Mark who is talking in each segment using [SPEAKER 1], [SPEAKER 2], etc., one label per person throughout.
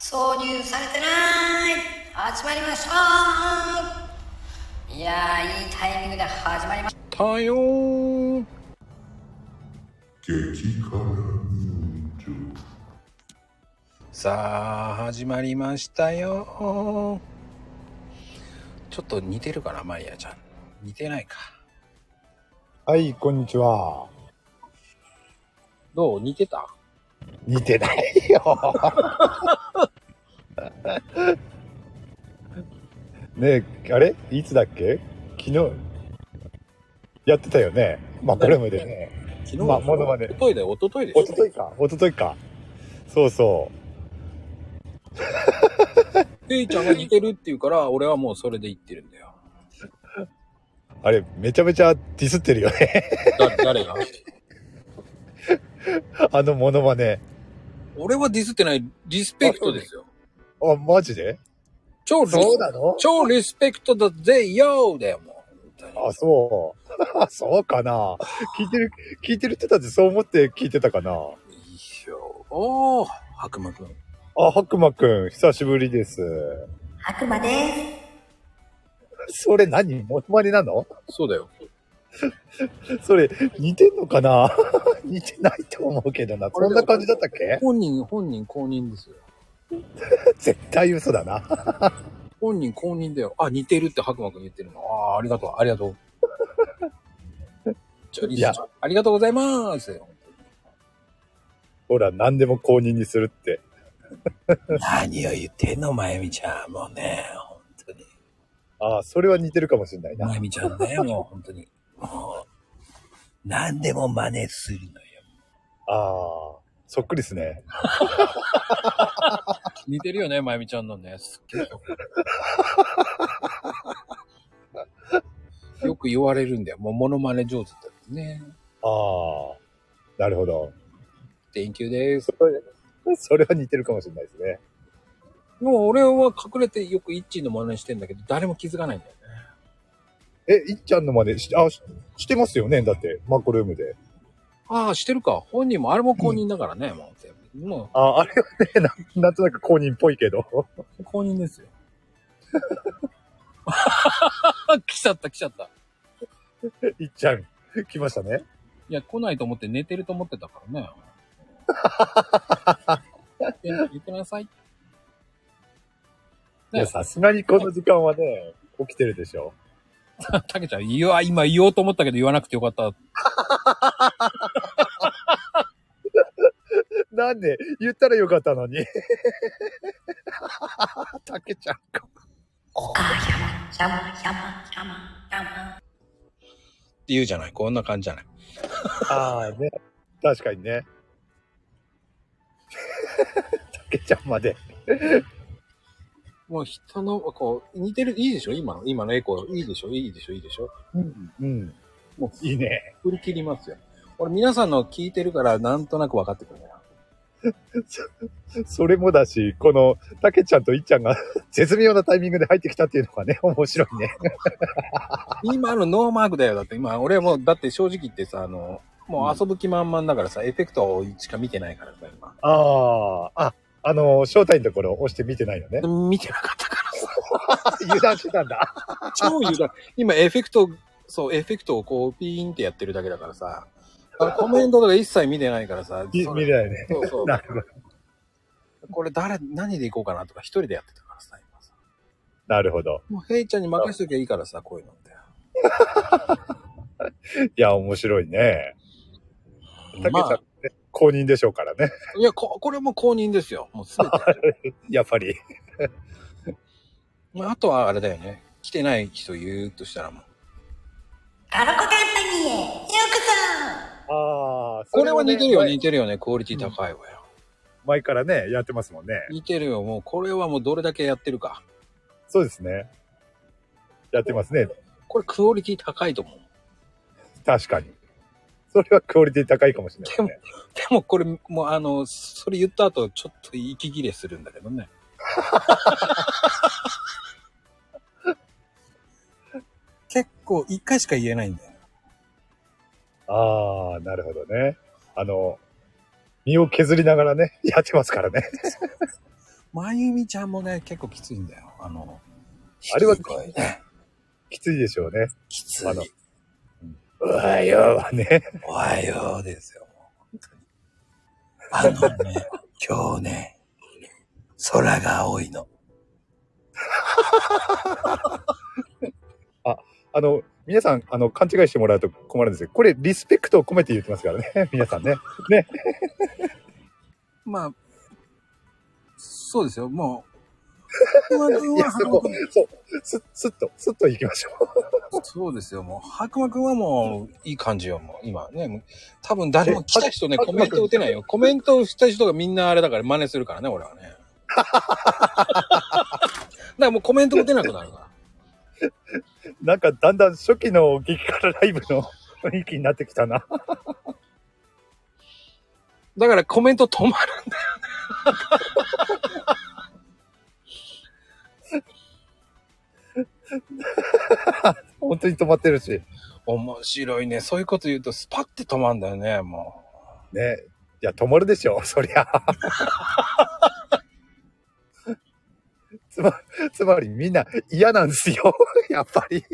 [SPEAKER 1] 挿入されてない始まりましたいやーいいタイミングで始まりました
[SPEAKER 2] よー
[SPEAKER 3] 激辛人情
[SPEAKER 2] さあ始まりましたよーちょっと似てるかなマリアちゃん似てないか
[SPEAKER 4] はい、こんにちは。
[SPEAKER 2] どう似てた
[SPEAKER 4] 似てないよ。ねえ、あれいつだっけ昨日、やってたよね。まあ、これまでね。
[SPEAKER 2] 昨日
[SPEAKER 4] まあモノマネ
[SPEAKER 2] おとといだよおとといでしょ
[SPEAKER 4] 一昨日か。一昨日か。そうそ
[SPEAKER 2] ペイちゃんが似てるって言うから 俺はもうそれで言ってるんだよ
[SPEAKER 4] う。あれ、めちゃめちゃディスってるよね。
[SPEAKER 2] だ誰が
[SPEAKER 4] あのモノマネ。
[SPEAKER 2] 俺はディスってないリスペクトですよ
[SPEAKER 4] あ、マジで
[SPEAKER 2] 超リス
[SPEAKER 4] の
[SPEAKER 2] 超リスペクトだぜよーだよもう本当に
[SPEAKER 4] あ、そう。 そうかな。聞いてる、聞いてる人たちそう思って聞いてたかな。
[SPEAKER 2] いいよおー白馬くん
[SPEAKER 4] あ、白馬くん、久しぶりです。
[SPEAKER 1] 白馬で
[SPEAKER 4] それ何モノマネなの
[SPEAKER 2] そうだよ
[SPEAKER 4] それ、似てんのかな 似てないと思うけどな。こんな感じだったっけ
[SPEAKER 2] 本人本人公認ですよ
[SPEAKER 4] 絶対嘘だな。
[SPEAKER 2] 本人公認だよ。あ、似てるって白馬くん言ってるの。ああ、ありがとう、ありがとう。 じゃあ、リスちゃん
[SPEAKER 4] い、
[SPEAKER 2] ありがとうございますよ。
[SPEAKER 4] ほら、何でも公認にするって。
[SPEAKER 2] 何を言ってんの、まゆみちゃん。もうね、本当に。
[SPEAKER 4] ああ、それは似てるかもしれない
[SPEAKER 2] ま
[SPEAKER 4] な。
[SPEAKER 2] ゆみちゃんね、 もう本当に。もう、何でも真似するのよ。
[SPEAKER 4] ああ、そっくりですね。
[SPEAKER 2] 似てるよね、まゆみちゃんのね。すっげえ。よく言われるんだよ。もうモノマネ上手だよね。
[SPEAKER 4] ああ、なるほど。
[SPEAKER 2] Thank you です。
[SPEAKER 4] それ、それは似てるかもしれないですね。
[SPEAKER 2] もう俺は隠れてよくイッチーの真似してんだけど、誰も気づかないんだよね。
[SPEAKER 4] え、いっちゃんの真似し、あ、ししてますよねだって、マクルームで。
[SPEAKER 2] ああ、してるか。本人も、あれも公認だからね、もう全部。も
[SPEAKER 4] ああ、あれはね、な なんとなく公認っぽいけど。
[SPEAKER 2] う、公認ですよ。 来ちゃった、来ちゃった。
[SPEAKER 4] いっちゃん、来ましたね。
[SPEAKER 2] いや、来ないと思って寝てると思ってたからね。言って言ってなさい。
[SPEAKER 4] いや、さすがにこの時間はね、起きてるでしょ。
[SPEAKER 2] たけちゃん、いや、今言おうと思ったけど言わなくてよかった。
[SPEAKER 4] なんで言ったらよかったのに。 たけちゃんか。
[SPEAKER 1] あ山山山山
[SPEAKER 2] って言うじゃない。こんな感じじゃない。
[SPEAKER 4] ああね。確かにね。 たけちゃんまで。
[SPEAKER 2] もう人の、こう、似てる、いいでしょ今の、今のエコー、いいでしょいいでしょいいでしょ
[SPEAKER 4] うん。うん。
[SPEAKER 2] も
[SPEAKER 4] いいね。
[SPEAKER 2] う、振り切りますよ。俺、皆さんの聞いてるから、なんとなく分かってくるんだよ。
[SPEAKER 4] それもだし、この、たけちゃんといっちゃんが 絶妙なタイミングで入ってきたっていうのがね、 面白いね。
[SPEAKER 2] 今のノーマークだよ。だって今、俺はもう、だって正直言ってさ、あの、もう遊ぶ気満々だからさ、エフェクトしか見てないからさ、今。
[SPEAKER 4] ああ。あ、あの、招待のところ押して見てないの ね。
[SPEAKER 2] 見てなかったか
[SPEAKER 4] 油断してたん だ。
[SPEAKER 2] ら。超油断。今、エフェクト、そう、エフェクトをこう、ピーンってやってるだけだからさ、あのコメントとか一切見てないからさ、
[SPEAKER 4] み
[SPEAKER 2] そ
[SPEAKER 4] 見
[SPEAKER 2] れ
[SPEAKER 4] れないね。
[SPEAKER 2] そうそう。
[SPEAKER 4] なるほど。
[SPEAKER 2] これ誰、何で行こうかなとか、一人でやってたからさ、今さ。
[SPEAKER 4] なるほど。
[SPEAKER 2] もう、ヘイちゃんに任せときゃいいからさ、こういうのって。
[SPEAKER 4] いや、面白いね。たけちゃん、ね
[SPEAKER 2] まあ、
[SPEAKER 4] 公認でしょうからね。
[SPEAKER 2] いや、こ、これも公認ですよ。もうすべて。
[SPEAKER 4] やっぱり。
[SPEAKER 2] まあ、あとはあれだよね。来てない人言うとしたらもう。
[SPEAKER 1] カラコカンパニーへようこ
[SPEAKER 4] ああ、
[SPEAKER 2] これは似てるよ、
[SPEAKER 4] ね。
[SPEAKER 2] 似てるよね。クオリティ高いわよ。
[SPEAKER 4] 前からね、やってますもんね。
[SPEAKER 2] 似てるよ、もう。これはもうどれだけやってるか。
[SPEAKER 4] そうですね。やってますね。
[SPEAKER 2] これクオリティ高いと思う。
[SPEAKER 4] 確かに。それはクオリティ高いかもしれないですね。
[SPEAKER 2] でもこれ、もうあの、それ言った後、ちょっと息切れするんだけど ね。結構一回しか言えないんだよ。
[SPEAKER 4] ああ、なるほどね。あの、身を削りながらね、 やってますからね。
[SPEAKER 2] まゆみちゃんもね、結構きついんだよ。あの、
[SPEAKER 4] あれは
[SPEAKER 2] 低い声ね、
[SPEAKER 4] きついでしょうね。
[SPEAKER 2] きつい
[SPEAKER 4] あ。のおはようはね。
[SPEAKER 2] おはようですよ。あのね、今日ね、空が青いの。
[SPEAKER 4] あの、皆さん、あの、勘違いしてもらうと困るんですけど、これ、リスペクトを込めて言ってますからね。皆さんね。
[SPEAKER 2] まあ、そうですよ、もう。
[SPEAKER 4] いや、そこ、そう、す、すっと、すっと行きましょう。
[SPEAKER 2] そうですよ、もう。白馬くんはもう、いい感じよ、もう、今ね。もう多分誰も来た人ね、
[SPEAKER 4] え
[SPEAKER 2] コメント打てないよ。コメントをした人がみんなあれだから真似するからね、俺は ね。だからもうコメント打てなくなるから。
[SPEAKER 4] なんか、だんだん初期の激辛ライブの 雰囲気になってきたな。
[SPEAKER 2] だからコメント止まるんだよね。
[SPEAKER 4] 本当に止まってるし。
[SPEAKER 2] 面白いね。そういうこと言うとスパッて止まるんだよね、も
[SPEAKER 4] ね。いや、止まるでしょ、そりゃ。 つま、つまりみんな嫌なんですよ、 やっぱり。
[SPEAKER 2] う。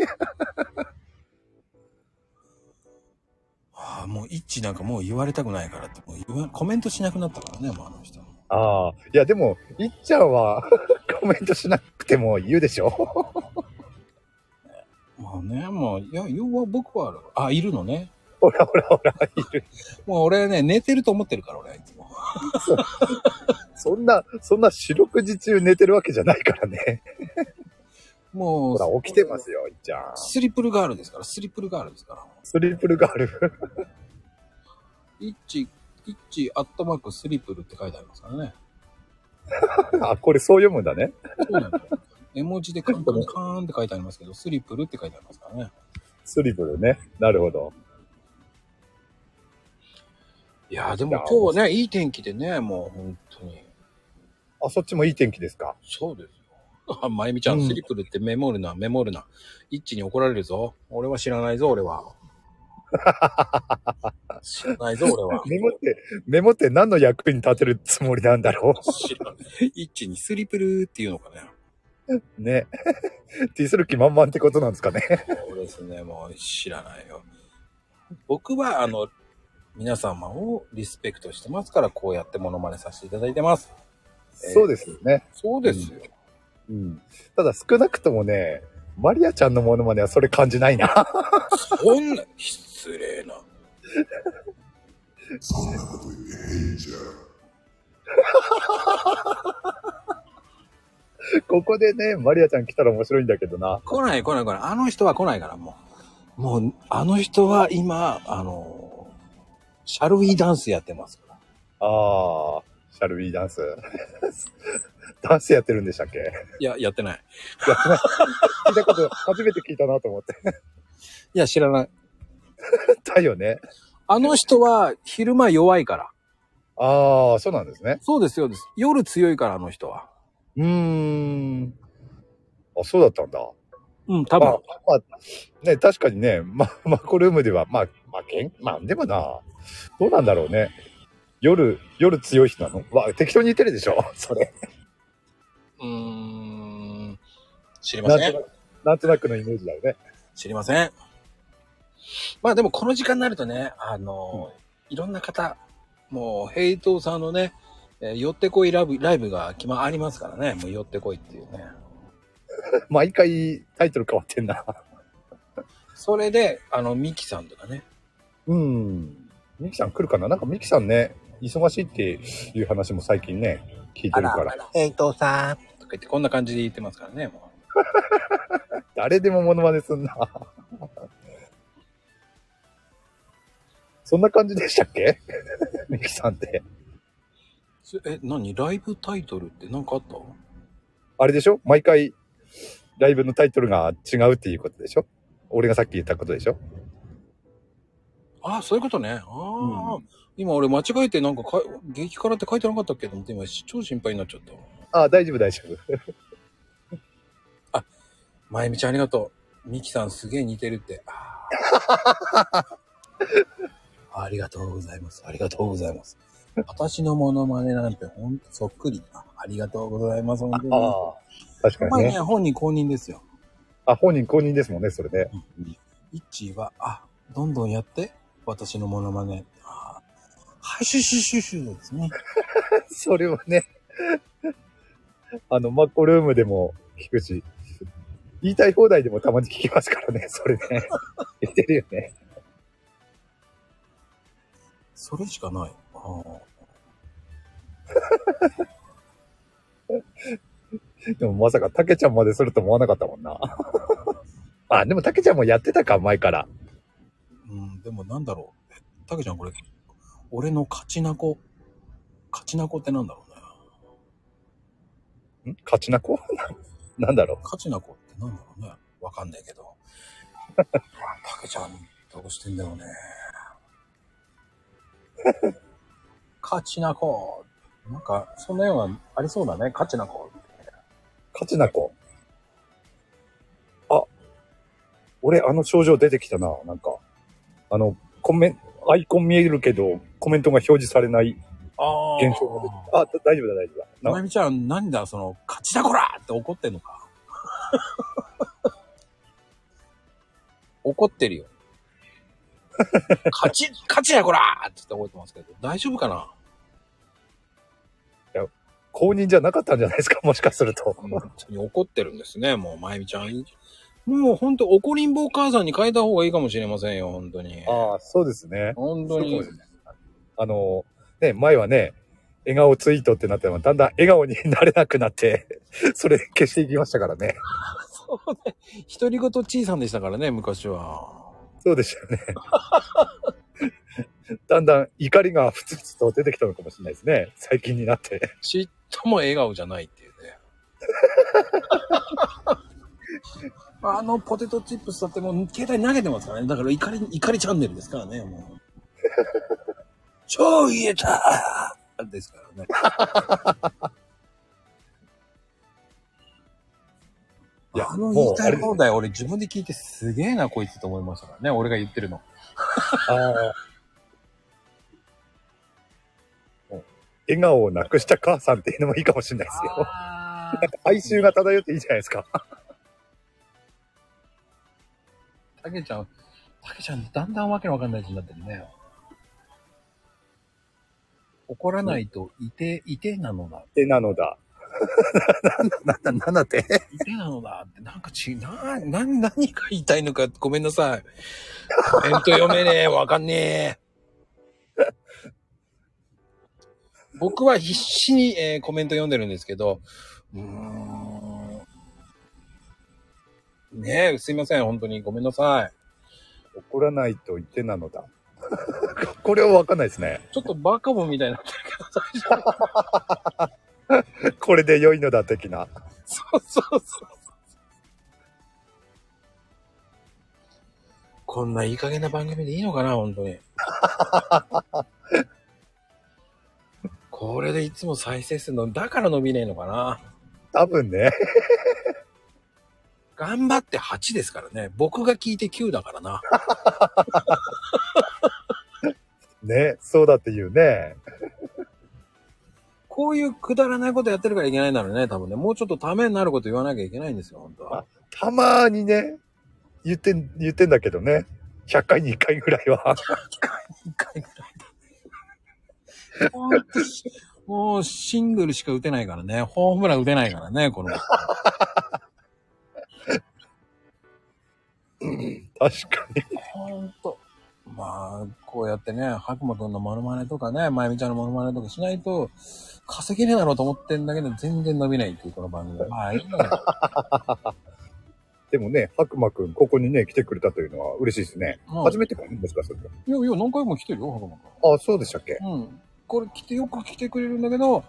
[SPEAKER 2] ああ、もう一致なんかもう言われたくないからって、もう言わコメントしなくなったからね、もうあの人。
[SPEAKER 4] ああ。いや、でも、いっちゃんは コメントしなくても言うでしょ。
[SPEAKER 2] まあね、もう、いや、要は僕は、あ、いるのね。
[SPEAKER 4] ほらほらほら、いる。
[SPEAKER 2] もう俺ね、寝てると思ってるから、俺はいつも。
[SPEAKER 4] そんな、そんな四六時中寝てるわけじゃないからね。
[SPEAKER 2] もう、
[SPEAKER 4] ほら、起きてますよ、いっちゃん。
[SPEAKER 2] スリプルガールですから、スリプルガールですから。
[SPEAKER 4] スリプルガール。
[SPEAKER 2] イッチ、イッチ、アットマーク、スリプルって書いてありますからね。
[SPEAKER 4] あ、これそう読むんだね。
[SPEAKER 2] そうなんだ よ。絵文字でカンカンカーンって書いてありますけど、スリプルって書いてありますからね。
[SPEAKER 4] スリプルね。なるほど。
[SPEAKER 2] いやーでも今日ね、いい天気でね、もう本当に。
[SPEAKER 4] あ、そっちもいい天気ですか
[SPEAKER 2] そうですよ。 あ、まゆみちゃん、
[SPEAKER 4] うん
[SPEAKER 2] スリプルってメモるな、メモるな。イッチに怒られるぞ。俺は知らないぞ、俺 は。知らないぞ、俺は。
[SPEAKER 4] メモって、メモって何の役に立てるつもりなんだろ
[SPEAKER 2] 知らない。イッチにスリプルっていうのかね。
[SPEAKER 4] うね。 ディスる気満々ってことなんですかね。
[SPEAKER 2] そうですね、もう知らないよ。僕は、あの、皆様をリスペクトしてますから、こうやってモノマネさせていただいてます。えー
[SPEAKER 4] そうですよね。
[SPEAKER 2] そうですよ。
[SPEAKER 4] うん。ただ少なくともね、マリアちゃんのモノマネはそれ感じないな。
[SPEAKER 2] そんな、失礼な。
[SPEAKER 4] ここでね、マリアちゃん来たら面白いんだけどな。
[SPEAKER 2] 来ない来ない来ない。あの人は来ないから、もう。もう、あの人は今、あの、シャルウィーダンスやってますから。
[SPEAKER 4] あー、シャルビーダンス。 ダンスやってるんでしたっけ
[SPEAKER 2] いや、やってない。
[SPEAKER 4] 聞いたこと、初めて聞いたなと思って。
[SPEAKER 2] いや、知らない。
[SPEAKER 4] だよね。
[SPEAKER 2] あの人は昼間弱いから。
[SPEAKER 4] あー、そうなんですね。
[SPEAKER 2] そうですよ、そうです。夜強いから、あの人は。
[SPEAKER 4] うーん。あ、そうだったんだ。
[SPEAKER 2] うん、多
[SPEAKER 4] ま
[SPEAKER 2] 分
[SPEAKER 4] あ。、まあ、ね、確かにね、ま、 マコルームでは、まあ、まあ、けんまあ、でもな、どうなんだろうね。夜、夜強い人なのわ、適当に言ってるでしょ それ。
[SPEAKER 2] うーん、知りま
[SPEAKER 4] なん
[SPEAKER 2] せん
[SPEAKER 4] とな。く、なんとなくのイメージだよね。
[SPEAKER 2] 知りません。まあでもこの時間になるとね、あの、いろんな方、もう、ヘイトーさんのね、えー寄ってこいライブライブが決まありますからね、もう寄ってこいっていうね。
[SPEAKER 4] 毎回タイトル変わってんな。
[SPEAKER 2] それで、あの、ミキさんとかね、
[SPEAKER 4] うん。ミキさん来るかななんかミキさんね、忙しいっていう話も最近ね、聞いてるから。
[SPEAKER 2] ヘイトーさんとか言ってこんな感じで言ってますからね、もう。
[SPEAKER 4] 誰でもモノマネすんな。 そんな感じでしたっけ ミキさんって。
[SPEAKER 2] そえ、何ライブタイトルって何かあった
[SPEAKER 4] あれでしょ毎回、ライブのタイトルが違うっていうことでしょ俺がさっき言ったことでしょ
[SPEAKER 2] ああ、そういうことね。ああ、
[SPEAKER 4] う
[SPEAKER 2] 今俺間違えてなんかか、激辛って書いてなかったっけと思って今超心配になっちゃった。
[SPEAKER 4] ああ、大丈夫大丈夫。
[SPEAKER 2] まゆみちゃんありがとう。ミキさんすげえ似てるって。あーありがとうございます。ありがとうございます。私のモノマネなんてほんとそっくり。あありがとうございます。本当に。
[SPEAKER 4] あ
[SPEAKER 2] や
[SPEAKER 4] あ。確
[SPEAKER 2] っ
[SPEAKER 4] か
[SPEAKER 2] ぱ
[SPEAKER 4] に
[SPEAKER 2] り
[SPEAKER 4] ね
[SPEAKER 2] ね、。本人公認ですよ。
[SPEAKER 4] あ、本人公認ですもんね、それね。
[SPEAKER 2] イッチーは、あ、どんどんやって、私のモノマネ。あーはい、シュシュシュシュですね。
[SPEAKER 4] それはね、 あの、マッコルームでも聞くし、言いたい放題でもたまに聞きますからね、それ ね。言ってるよね。
[SPEAKER 2] それしかない。あー
[SPEAKER 4] でもまさか、たけちゃんまですると思わなかったもん な。あ、でもたけちゃんもやってたか、前から。
[SPEAKER 2] うん、でもなんだろう。えたけちゃんこれ、俺の勝ちなこ。勝ちなこってなんだろうね。
[SPEAKER 4] ん勝ちな子 なんだろ
[SPEAKER 2] 勝ちな子ってなんだろうね。わかんないけど。 たけちゃん、どうしてんだろうね。 勝ちな子。なんか、そんなような、ありそうだね。勝ちな子。
[SPEAKER 4] う。勝ちな子。あ、俺、あの症状出てきたな、なんか。あの、コメン、アイコン見えるけど、コメントが表示されない
[SPEAKER 2] あ
[SPEAKER 4] 現象が出てきた。あ、だ大丈夫だ、大丈夫だ。な
[SPEAKER 2] まゆみちゃん、なんだ、その、勝ちだこらって怒ってんのか。 怒ってるよ。勝ち、勝ちだこらって言って怒ってますけど、大丈夫かな
[SPEAKER 4] 公認じゃなかったんじゃないですかも しかすると。
[SPEAKER 2] 本当に怒ってるんですね、もう、まゆみちゃん。もう本当、怒りんぼお母さんに変えた方がいいかもしれませんよ、本当に。
[SPEAKER 4] ああ、そうですね。
[SPEAKER 2] 本当に
[SPEAKER 4] そう。ですねあの、ね、前はね、笑顔ツイートってなっても、だんだん笑顔になれなくなって、 それ消していきましたからね。
[SPEAKER 2] そうね。独り言ちいさんでしたからね、昔は。
[SPEAKER 4] そうでしたよね。だんだん怒りがふつふつと出てきたのかもしれないですね。最近になって。
[SPEAKER 2] ちっとも笑顔じゃないっていう ね。あのポテトチップスだってもう携帯投げてますからね。だから怒り、怒りチャンネルですからね、もう。超言えたですからね。
[SPEAKER 4] いや
[SPEAKER 2] あの言いたい
[SPEAKER 4] もう
[SPEAKER 2] 放題俺自分で聞いてすげえなこいつと思いましたからね。俺が言ってるの。
[SPEAKER 4] あれあー。笑顔をなくした母さんっていうのもいいかもしれないですよ。なんか哀愁が漂っていいじゃないですか。
[SPEAKER 2] たけちゃん、たけちゃんだんだんわけのわかんない字になってるね。怒らないと、いて、いてなのだ。
[SPEAKER 4] って なのだ。なんだ、なんだ、なんだって。
[SPEAKER 2] いてなのだって、なんかち、な、な、何が言いたいのか、ごめんなさい。コメント読めねえ、わかんねえ。僕は必死に、えーコメント読んでるんですけど、うーん。ねえ、すいません、本当にごめんなさい。
[SPEAKER 4] 怒らないと言ってなのだ。 これはわかんないですね。
[SPEAKER 2] ちょっとバカボンみたいになってるけど、大丈夫
[SPEAKER 4] これで良いのだ的な。
[SPEAKER 2] そうそうそう。こんないい加減な番組でいいのかな、本当に。これでいつも再生数の、だから伸びねえのかな。
[SPEAKER 4] 多分ね。
[SPEAKER 2] 頑張って8ですからね。僕が聞いて9だからな。
[SPEAKER 4] ね。そうだって言うね。
[SPEAKER 2] こういうくだらないことやってるからいけないんだろうね、多分ね。もうちょっとためになること言わなきゃいけないんですよ、本当は。
[SPEAKER 4] たまーにね。言ってん、言ってんだけどね。100回に1回ぐらいは。
[SPEAKER 2] 一回ぐらいだ。ほんとしもうシングルしか打てないからね。ホームラン打てないからね、この。
[SPEAKER 4] 確かに。
[SPEAKER 2] ほんと。まあ、こうやってね、白馬くんのモノマネとかね、まゆみちゃんのモノマネとかしないと、稼げねえだろうと思ってんだけど、全然伸びないっていうこの番組。まあ、 いいのよ。
[SPEAKER 4] でもね、白馬くん、ここにね、来てくれたというのは嬉しいですね。
[SPEAKER 2] うん
[SPEAKER 4] 初めてかなもしかすると。
[SPEAKER 2] いやいや、何回も来てるよ、白馬
[SPEAKER 4] あ、そうでしたっけ
[SPEAKER 2] くん。うん。これ来て、よく来てくれるんだけど、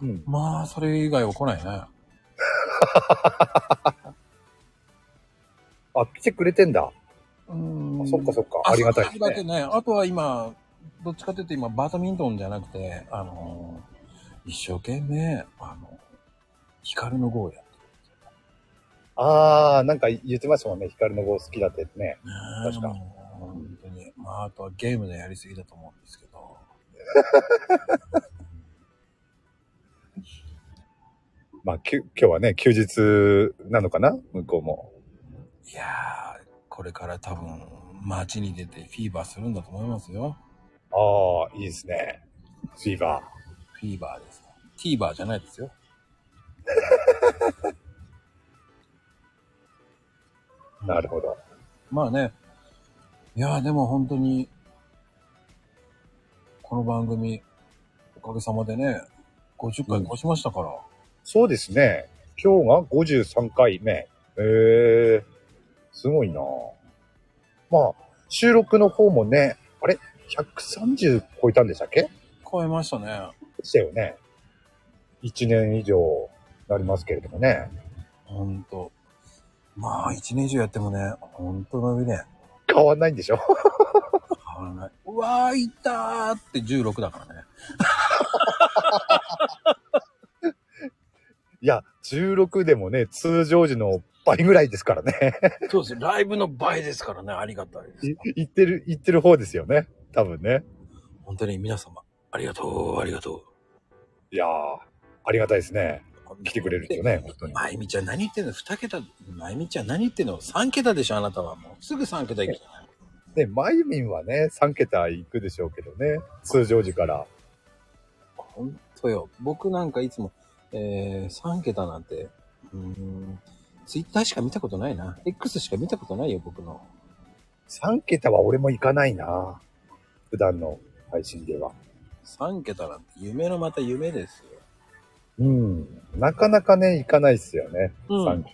[SPEAKER 4] うん。
[SPEAKER 2] まあ、それ以外は来ないね。
[SPEAKER 4] あ、来てくれてんだ。あ
[SPEAKER 2] うん
[SPEAKER 4] そっかそっか。ありがたい
[SPEAKER 2] あ
[SPEAKER 4] で
[SPEAKER 2] り
[SPEAKER 4] す
[SPEAKER 2] が
[SPEAKER 4] ね
[SPEAKER 2] た。いね。あとは今、どっちかというと今、バドミントンじゃなくて、あのー一生懸命、あの、ヒカルの号やってる。
[SPEAKER 4] あああ、なんか言ってましたもんね。光の棒好きだってね。
[SPEAKER 2] え
[SPEAKER 4] 確か
[SPEAKER 2] もう本当に。まあ、あとはゲームのやりすぎだと思うんですけど。
[SPEAKER 4] まあ、きゅ今日はね、休日なのかな向こうも。
[SPEAKER 2] いやー、これから多分、街に出てフィーバーするんだと思いますよ。
[SPEAKER 4] ああ、いいですね。フィーバ
[SPEAKER 2] フィーバーですか。ティーバーじゃないですよ。
[SPEAKER 4] ー。なるほど。
[SPEAKER 2] まあね。いやー、でも本当に、この番組、おかげさまでね、50回越しましたから。
[SPEAKER 4] そうですね。今日が53回目。へえすごいなまあ、収録の方もね、あれ ?130 超えたんでしたっけ
[SPEAKER 2] 超えましたね。
[SPEAKER 4] でしたよね。1年以上なりますけれどもね。
[SPEAKER 2] ほんと。まあ、一年以上やってもね、ほんと伸びね。
[SPEAKER 4] 変わんないんでしょ
[SPEAKER 2] 変わらない。うわー、いったーって16だからね。
[SPEAKER 4] いや、16でもね、通常時の倍ぐらいですからね。
[SPEAKER 2] そうです。ライブの倍ですからね、ありがたいです。
[SPEAKER 4] い言ってる、言ってる方ですよね。多分ね。
[SPEAKER 2] 本当に皆様、ありがとう、ありがと
[SPEAKER 4] いやー、ありがたいですね。
[SPEAKER 2] う。
[SPEAKER 4] 来てくれると ね、本当に。
[SPEAKER 2] まゆみちゃん何言ってんの ?2 桁、まゆみちゃん何言ってんの ?3 桁でしょあなたはもう。すぐ3桁いくじゃない。
[SPEAKER 4] で、まゆみんはね、3桁いくでしょうけどね。通常時から。
[SPEAKER 2] ほんとよ。僕なんかいつも、えー、3桁なんて、うーん、ツイッターしか見たことないな。X しか見たことないよ、僕の。
[SPEAKER 4] 3桁は俺もいかないな普段の配信では。
[SPEAKER 2] 3桁なんて夢のまた夢ですよ。
[SPEAKER 4] うん。なかなかね、いかないっすよね。
[SPEAKER 2] うん
[SPEAKER 4] 3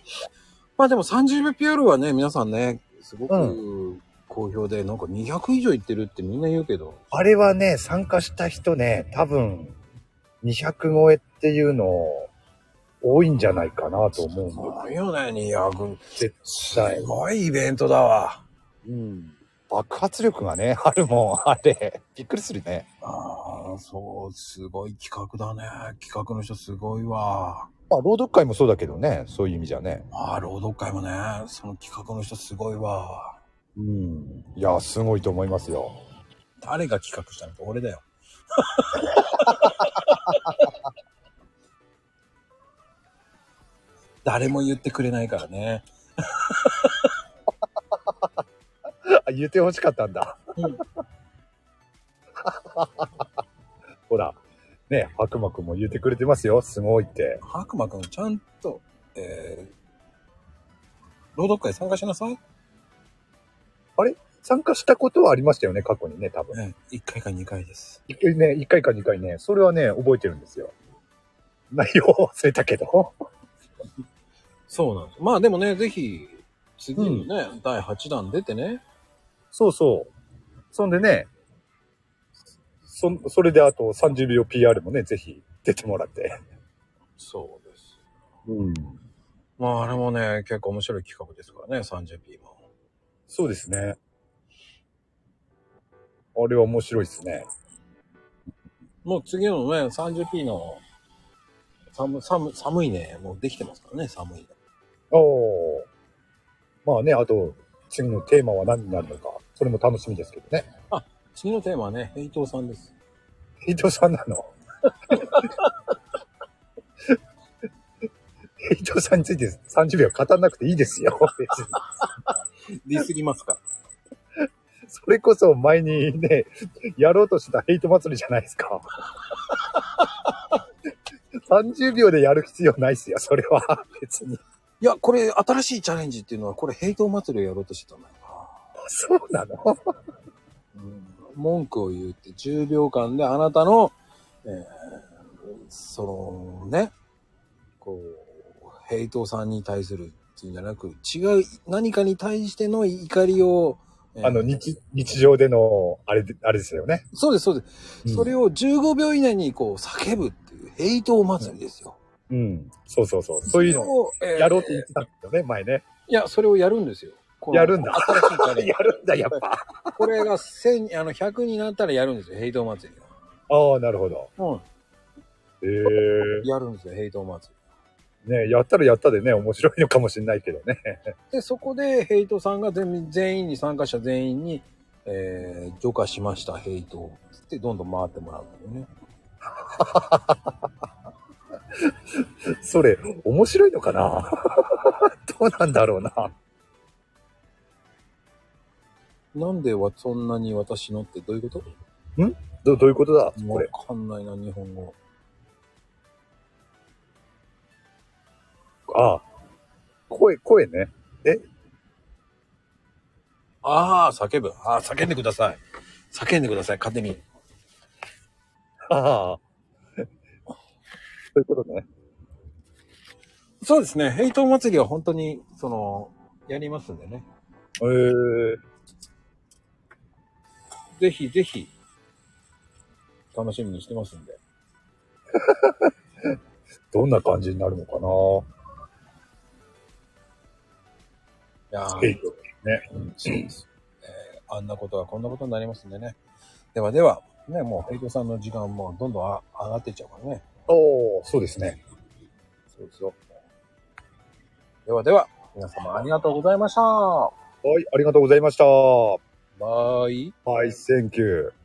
[SPEAKER 2] まあでも30秒ピュールはね、皆さんね、すごく好評で、なんか200以上いってるってみんな言うけど、
[SPEAKER 4] あれはね、参加した人ね、多分、200超えっていうの、多いんじゃないかなと思うん
[SPEAKER 2] す
[SPEAKER 4] だ
[SPEAKER 2] ごいよね、200。
[SPEAKER 4] 絶
[SPEAKER 2] す
[SPEAKER 4] 対。
[SPEAKER 2] ごいイベントだわ。
[SPEAKER 4] うん。爆発力がね、 あるもん、あれ。びっくりするね。
[SPEAKER 2] ああ、そう、すごい企画だね。企画の人すごいわ。
[SPEAKER 4] まあ、朗読会もそうだけどね、そういう意味じゃね。
[SPEAKER 2] ああ、朗読会もね、その企画の人すごいわ。
[SPEAKER 4] うん。いや、すごいと思いますよ。
[SPEAKER 2] 誰が企画したのか俺だ よ。誰も言ってくれないからね。
[SPEAKER 4] あ、 言ってほしかったんだ。
[SPEAKER 2] うん
[SPEAKER 4] ほら、ね、白馬くんも言ってくれてますよ。すごいって。
[SPEAKER 2] 白馬くん、ちゃんと、えー、朗読会参加しなさい。
[SPEAKER 4] 参加したことはありましたよね、過去にね、多分。
[SPEAKER 2] え1回か2回です。
[SPEAKER 4] 一回ね、一回か二回ね、それはね、覚えてるんですよ。内容は忘れたけど。
[SPEAKER 2] そうなんです。まあでもね、ぜひ、次のね、第8弾出てね。
[SPEAKER 4] そうそう。そんでね、そ、それであと30秒 PR もね、ぜひ出てもらって。
[SPEAKER 2] そうです。
[SPEAKER 4] うん。
[SPEAKER 2] まああれもね、結構面白い企画ですからね、30P も。
[SPEAKER 4] そうですね。あれは面白いですね。
[SPEAKER 2] もう次のね、30P の、寒、寒、寒いね、もうできてますからね、寒いの。
[SPEAKER 4] おお。まあね、あと、次のテーマは何になるのか、それも楽しみですけどね。
[SPEAKER 2] 次のテーマはね、ヘイトーさんです。
[SPEAKER 4] 伊藤さんなの 伊藤さんについて30秒語らなくていいですよ。別に
[SPEAKER 2] ディスりますか
[SPEAKER 4] それこそ前にね、やろうとしたヘイト祭りじゃないですか。30秒でやる必要ないですよ、それは。別に。
[SPEAKER 2] いや、これ、新しいチャレンジっていうのは、これ、ヘイトー祭りをやろうとしてたんだよ
[SPEAKER 4] そうなの
[SPEAKER 2] な。うん、文句を言って、10秒間であなたの、えー、その、ね、こう、ヘイトーさんに対するっていうんじゃなく、違う、何かに対しての怒りを、えー
[SPEAKER 4] あの、日、日常での、あれで、あれですよね。
[SPEAKER 2] そうです、そうです。
[SPEAKER 4] うん
[SPEAKER 2] それを15秒以内にこう叫ぶっていう、ヘイト祭りですよ。
[SPEAKER 4] うん。そうそうそう。そういうのを
[SPEAKER 2] を、えー
[SPEAKER 4] やろうって言ってたんですよね、前ね。
[SPEAKER 2] いや、それをやるんですよ。この
[SPEAKER 4] やるんだ
[SPEAKER 2] 新しいチャレンジ
[SPEAKER 4] やるんだ、やっぱ。
[SPEAKER 2] これが1000、あの、100になったらやるんですよ、ヘイト祭り
[SPEAKER 4] ああ、なるほど。
[SPEAKER 2] を。
[SPEAKER 4] へえ
[SPEAKER 2] うん。やるんですよ、ヘイト祭り。
[SPEAKER 4] ね、やったらやったでね、面白いのかもしれないけどね。
[SPEAKER 2] で、そこでヘイトさんが全全員に、参加者全員に、えー、除下しました、ヘイトを。つって、どんどん回ってもらうんだよね。
[SPEAKER 4] それ、面白いのかな どうなんだろうな。
[SPEAKER 2] なんでわ、そんなに私のってどういうこと
[SPEAKER 4] どどういうことだこ
[SPEAKER 2] わ
[SPEAKER 4] れ。
[SPEAKER 2] かんないな、日本語。
[SPEAKER 4] ああ。声、声ね。
[SPEAKER 2] ああ、叫ぶ。ああ、叫んでください。叫んでください、勝手に。
[SPEAKER 4] ああ。そういうことね。
[SPEAKER 2] そうですね、ヘイト祭りは本当に、その、やりますんでね。
[SPEAKER 4] えー、
[SPEAKER 2] ぜひぜひ、楽しみにしてますんで。
[SPEAKER 4] どんな感じになるのか
[SPEAKER 2] いや
[SPEAKER 4] な
[SPEAKER 2] ー
[SPEAKER 4] ヘイトね。
[SPEAKER 2] あんなことはこんなことになりますんでね。ではでは、ね、もう、ヘイトさんの時間もどんどんあ上がっていっちゃうからね。
[SPEAKER 4] おおそうですね。
[SPEAKER 2] そうですよ。ではでは、皆様ありがとうございました。
[SPEAKER 4] はい、ありがとうございました。は
[SPEAKER 2] バイ。
[SPEAKER 4] い、センキュー。